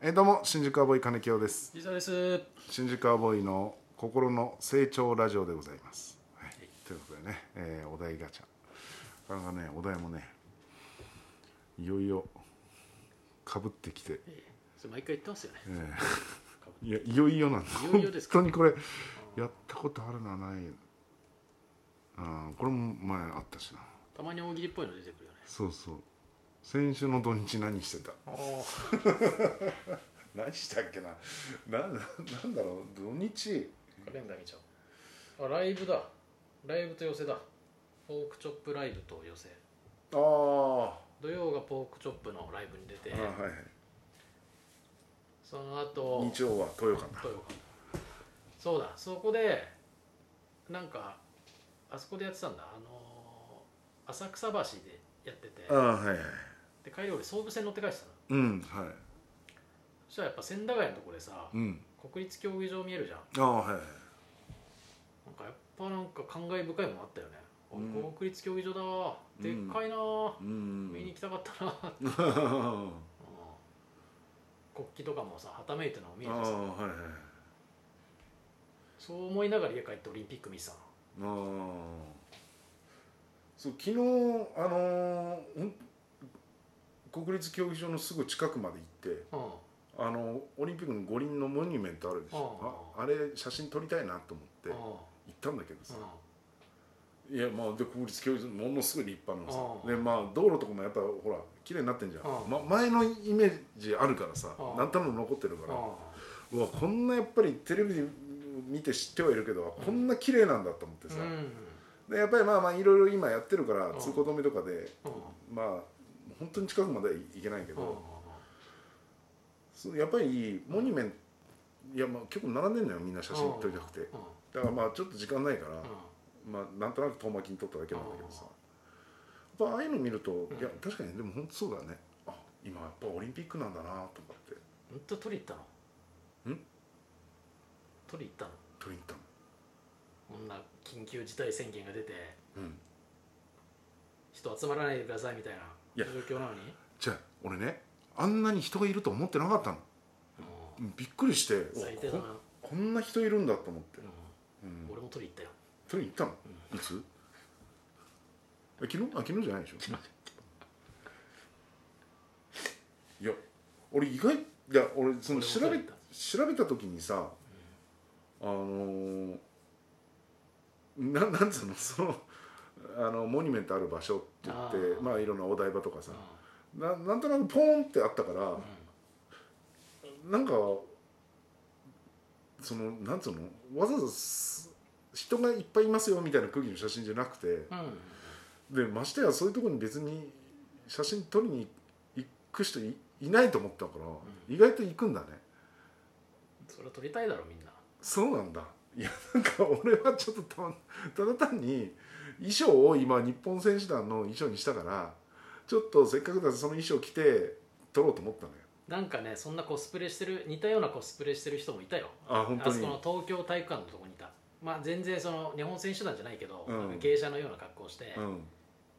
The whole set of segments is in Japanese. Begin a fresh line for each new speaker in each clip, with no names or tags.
えーどうも新宿アボーイ金清です
実はです
新宿アボーイの心の成長ラジオでございます、はい、ということでね、えーお題ガチャなかなかねお題もねいよいよかぶってきて
それ毎回言ってますよね、
いやいよいよなんです
いよいよですか
本当にこれやったことあるなないあーこれも前あったしな
たまに大喜利っぽいの出てくるよね
そうそう先週の土日何してた何したっけななななんだろう土日
カレンダー見ちゃおうあライブだライブと寄せだポークチョップライブと寄せ
あーあ
土曜がポークチョップのライブに出て
ーはい
その後
はい日曜は豊かな
土曜かそうだそこでなんかあそこでやってたんだあのー浅草橋でやってて
ああはいはい
で帰り俺総武線乗って帰ってたの
うんはい
そしたらやっぱ千駄ヶ谷のとこでさ
うん
国立競技場見えるじゃん
ああはいはい
なんかやっぱなんか感慨深いもんあったよね、あ
うん
国立競技場だわでっかいな、
う
見に行
ん
きたかったな、うん
ああ
国旗とかもさはためいてるのも見えてさ
はいはい
そう思いながら家帰ってオリンピック見てたの
ああそう昨日あのーん国立競技場のすぐ近くまで行って
うん
あのオリンピックの五輪のモニュメントあるでしょ
あ
ああれ写真撮りたいなと思って
うん
行ったんだけどさ
うん
いやまあで国立競技場ものすごい立派なの
あ
さでまあ道路とかもやっぱほら綺麗になってんじゃん
あ
ま前のイメージあるからさ
あ
何となく残ってるから
うん
うわこんなやっぱりテレビで見て知ってはいるけどこんな綺麗なんだと思ってさ
うん
でやっぱりまあまあいろいろ今やってるから
うん
通行止めとかで
うん
まあ本当に近くまでは行けないけ
うん
どそうやっぱりモニュメントいやまあ結構並んでんのよみんな写真撮りたくて
うん
だからまあちょっと時間ないから
うん
まあなんとなく遠巻きに撮っただけなんだけどさやっぱああいうの見るといや確かにでも本当そうだねあ今やっぱオリンピックなんだなとかって
本当取り行ったの
ん
取り行ったの
撮りに行ったの
こんな緊急事態宣言が出て
うん
人集まらないでくださいみたい
いや
な状況なのに
じゃあ俺ねあんなに人がいると思ってなかったの
う
びっくりして
ん最低だ
う
な
わ、ここんな人いるんだと思って、
う
うん
ん、俺も取り行ったよ
それ行ったの、いつえ昨日あ昨日じゃないでしょいや俺意外いや俺その
俺も
調
そう
べ
だった
調べた時にさ、あのー、ななんつうのそのあのモニュメントある場所って言って
あー
まあいろんなお台場とかさ
うん、
ななんとなくポーンってあったから、
う
なんかそのなんつうのわざわざす人がいっぱいいますよみたいな空気の写真じゃなくて
んう
で
ん
ましてやそういうところに別に写真撮りに行く人いいないと思ったから、
う
意外と行くんだね
それは撮りたいだろみんな
そうなんだいやなんか俺はちょっとたただ単に衣装を今日本選手団の衣装にしたからちょっとせっかくだからその衣装着て撮ろうと思ったのよ
なんかねそんなコスプレしてる似たようなコスプレしてる人もいたよ
あ本当
あそ
に
この東京体育館のとこにいたまあ全然その日本選手団じゃないけど、
うん
なんか芸者のような格好をして、
うん、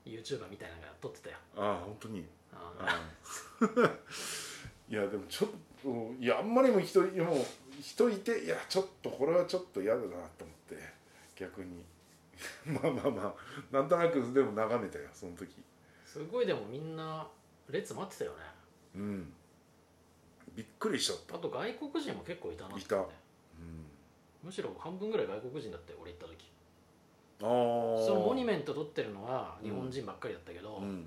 YouTuber みたいなのが撮ってたよ、
あ本当に
うん
あ ーいやでもちょっといやあんまりにも人いやもう人いていやちょっとこれはちょっと嫌だなと思って逆に まあまあまあなんとなくでも眺めたよその時
すごいでもみんな列待ってたよね
うんびっくりしちゃった
あと外国人も結構いたなって
いた
ね
うん
むしろ半分ぐらい外国人だって俺行った時
ああ
そのモニュ
メ
メント撮ってるのは日本人ばっかりだったけど、
うん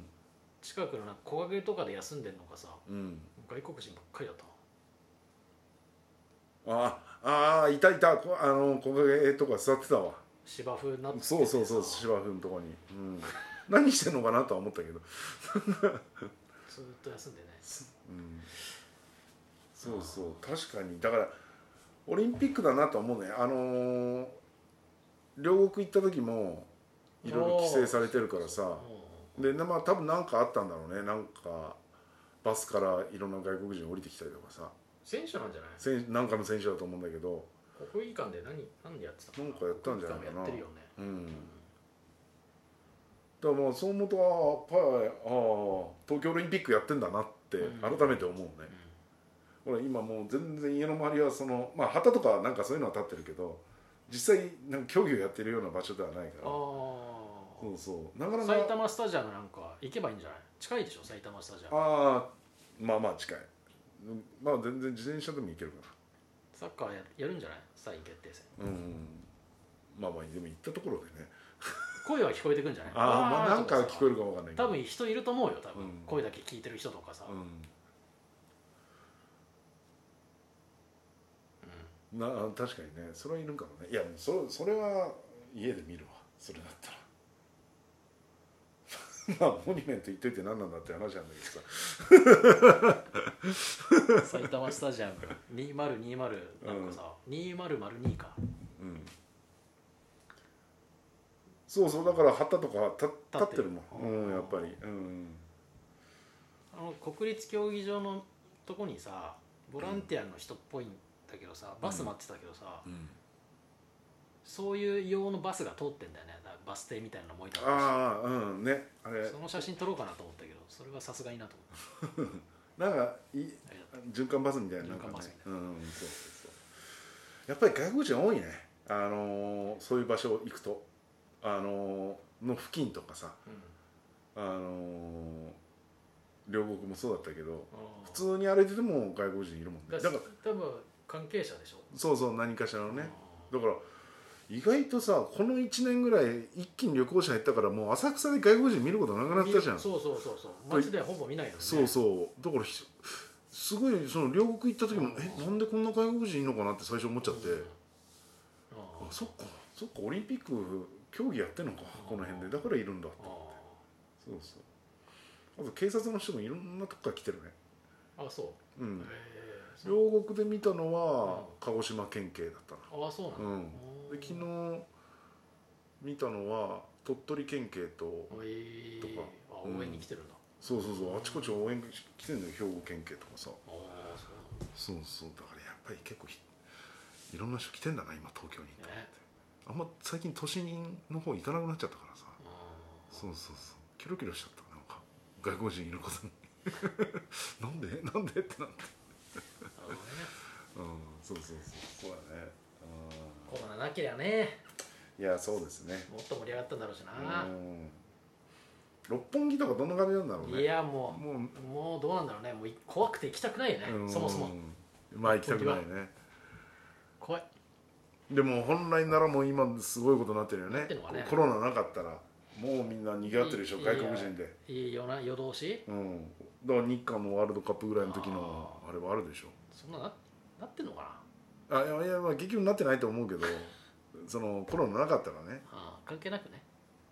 近くのなんか木陰とかで休んでんのかさ
うん
外国人ばっかりだったな
あああいたいたこあの木陰とか座ってたわ
芝生になっててさ
そうそうそう芝生のとこに、うん、何してんのかなとは思ったけど
ずーっと休んでね
うんそうそう確かにだからオリンピックだなとは思うねあのー両国行った時もいろいろ規制されてるからさでなまあ多分何かあったんだろうねなんかバスからいろんな外国人降りてきたりとかさ
選手なんじゃない
選なんかの選手だと思うんだけど
国技館で何何やってたの
なんかやったんじゃないかな
国技館もやってるよね
うんだからまあそう思うとああやっぱりああ東京オリンピックやってんだなって
うん
改めて思うね、
うん
ほら今もう全然家の周りはそのまあ旗とかなんかそういうのは立ってるけど実際なんか競技をやってるような場所ではないから
あ
そうそうなかな
あ
か
埼玉スタジアムなんか行けばいいんじゃない近いでしょ埼玉スタジアム
ああまあまあ近いうんまあ全然自転車でも行けるか
サッカーややるんじゃない3位決定戦
なうんまあまあでも行ったところでね
声は聞こえてくんじゃない
ああまあなんか聞こえ
え
るかもわかんないけど
多分人いると思うよ多分、
うん
声だけ聞いてる人とかさ、
うんなあ確かにねそれはいるかもねいやそそれは家で見るわそれだったら まあモニュメント行っといて何なんだって話なんだけどさ
埼玉スタジアム2020なんかさ、2002か
うんそうそうだから旗とか立立ってるも
立ってる
んうんやっぱりうん
あの国立競技場のとこにさボランティアの人っぽいんだけどさ、バス待ってたけどさ、そういう用のバスが通ってんだよねだからバス停みたいなのも置いてあ
ああうんねあ
る
れ
しその写真撮ろうかなと思ったけどそれはさすがになと思っ
なんかい
たあれだった
循環バスみたいななんか
循環
ね
バスみた
うんうんそうそうそうやっぱり外国人多いねあのーそういう場所行くとあのーの付近とかさ
うん
あのー両国もそうだったけど
あー
普通に歩いてても外国人いるもんねだから
多分関係者でしょ
そうそう何かしらのね
うん
だから意外とさこの1年ぐらい一気に旅行者減ったからもう浅草で外国人見ることなくなったじゃん
そうそうそうそう街ではほぼ見ないよね
そうそうだからひすごいその両国行った時も「
うん
えなんでこんな外国人いるのかな?」って最初思っちゃって
うん
あそっかそっかオリンピック競技やってんのかこの辺でだからいるんだ
あ
そうそうあと警察の人もいろんなとこから来てるね
ーあそううへ
ん
えそう
両国で見たの
うん
は鹿児島県警だったな
あそうなん
う
だ
ん
おー
で昨日見たのは鳥取県警と
へえ
とか
あ
うん
応援に来てるんだ
そうそうそうあちこち応援来てんのよ兵庫県警とかさ
ああそうなん
そうそうだからやっぱり結構ひいろんな人来てんだな今東京に
だね
あんま最近都心の方行かなくなっちゃったからさ
うん
そうそうそうキロキロしちゃったなんか外国人いることに なんでなんでってなって
なるほどね
うんそうそうそうそうだね
コロナなけりゃね
うんいやそうですね
もっと盛り上がったんだろうし
う
なん
六本木とかどんな感じなんだろうね
いやも
もう、
うもうどうなんだろうねもうい怖くて行きたくないよね
うん
そもそも
まあ行きたくないね
怖い
でも本来ならもう今すごいことになってるよ
な
ね
ってるわね
コロナなかったらもうみんな逃げ合ってるでしょ
い
外国人で
いいよな夜通し
うんだから日韓のワールドカップぐらいの時のあれはあるでしょ
そんなななってんのかな
あいやいやまあ結局なってないと思うけどそのコロナなかったらね
あー関係なくね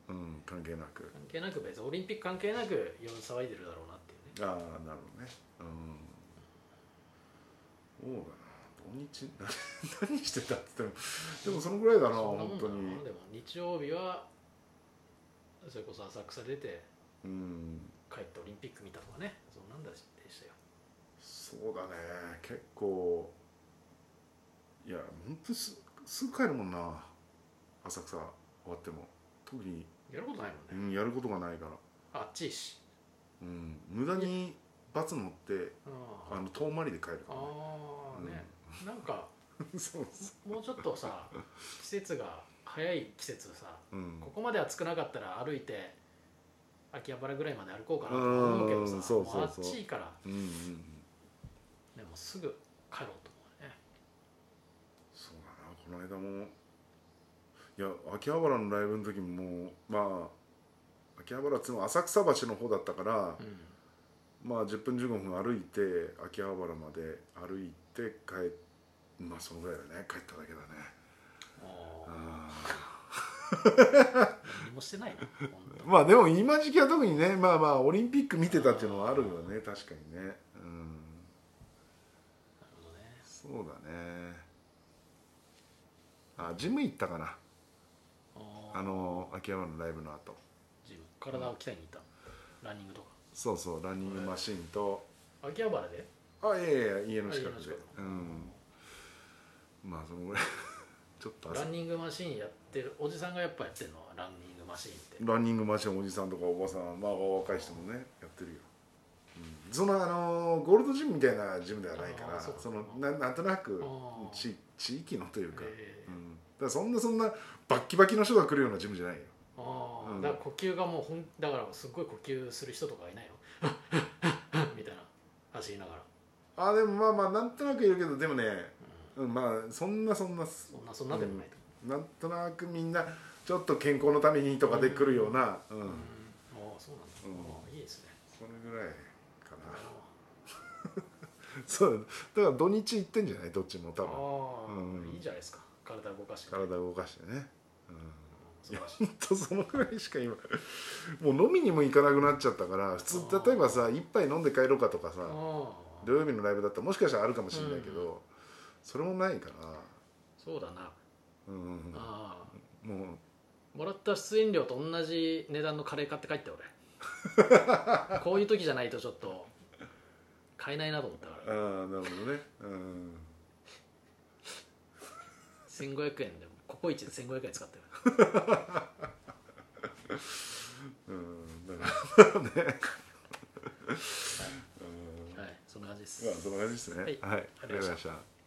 うん関係なく
関係なく別にオリンピック関係なく夜騒いでるだろうなっていうね
ああなるほどねうんそうだな土日 何してたって言ってもでもそのぐらいだな
そんなも
本
んだ
当
ろうな
に
でも日曜日はそれこそ浅草出て
うん
帰ってオリンピック見たとかねそんなんだしでしたよ
そうだね結構いや本当すすぐ帰るもんな浅草終わっても特に、
やることないもん
う
ね、
ん、やることがないから、
あっちいいし
うん、無駄にバツ乗って
うん
あの遠回りで帰るか
あ
ら、ね
ーね、なんか
そうそ
もうちょっとさ季節が早い季節さ
う、うん、
ここまで暑くなかったら歩いて秋葉原ぐらいまで歩こうかなと思うけどさ
うんそうそうそう
もあっちいから
うんうんうん
でもすぐ帰ろうと思うね
そうだなこの間もいや秋葉原のライブの時ももうまあ秋葉原っつうのは浅草橋の方だったから、
うん
まあ10分15分歩いて秋葉原まで歩いて帰っまあそのぐらいだね帰っただけだね
もう
あ
何もしてないな本当
ーまあでも今時期は特にねまあまあオリンピック見てたっていうのはあるよね確かにねうん
なるほどね
そうだねあジム行ったかな
あ
あの秋葉原のライブの後
ジム体を鍛えに行ったランニングとか
そうそうランニングマシンと
秋葉原で
あいやいや家の近くで
あ家の近
う
く
んまあそのぐらい ちょっと焦っ
ランニングマシーンやってるおじさんがやっぱやってるのランニングマシーンって
ランニングマシンおじさんとかおばさんまあお若い人もねやってるよ、うん、そのあのゴールドジムみたいなジムではないから
あーそうか
そのななんとなく
あー
地地域のというか,、
え
う
ー
ん、だからそんなそんなバッキバキの人が来るようなジムじゃないよ
ああ、
うん
だから呼吸がもうほんだからすっごい呼吸する人とかいないの みたいな走りながら、
あーでもまあまあなんとなくいるけどでもね、うん、まあそんなそんな
うん、そんなそんなでもないと、
なんとなくみんなちょっと健康のためにとかで来るような、うん
うんああそうなんだ、
うん
ああいいですね
それぐらいか
あ
なそうだから土日行ってんじゃないどっちも多分
あ、
うん
いいじゃないですか体動かして
体動かしてね、うん
素晴らしい
とそのぐらいしか今もう飲みにも行かなくなっちゃったから普
あー
通例えばさ一杯飲んで帰ろうかとかさ
ああ
土曜日のライブだったらもしかしたらあるかもしれないけど、
う
それもないから、
そうだな、
うんうん
あ
うん、もう
あもらった出演料と同じ値段のカレー買って帰 って俺こういう時じゃないとちょっと買えないなと思ったか
あ
ら
あなるほどね、うん、
1500円でもココイチで1500円使ってる
うん、だからね、 うん
はいそんな感じです、
まあそんな感じですね
はい
はい、ありがとうござい
ありがとうございま
ま
し
した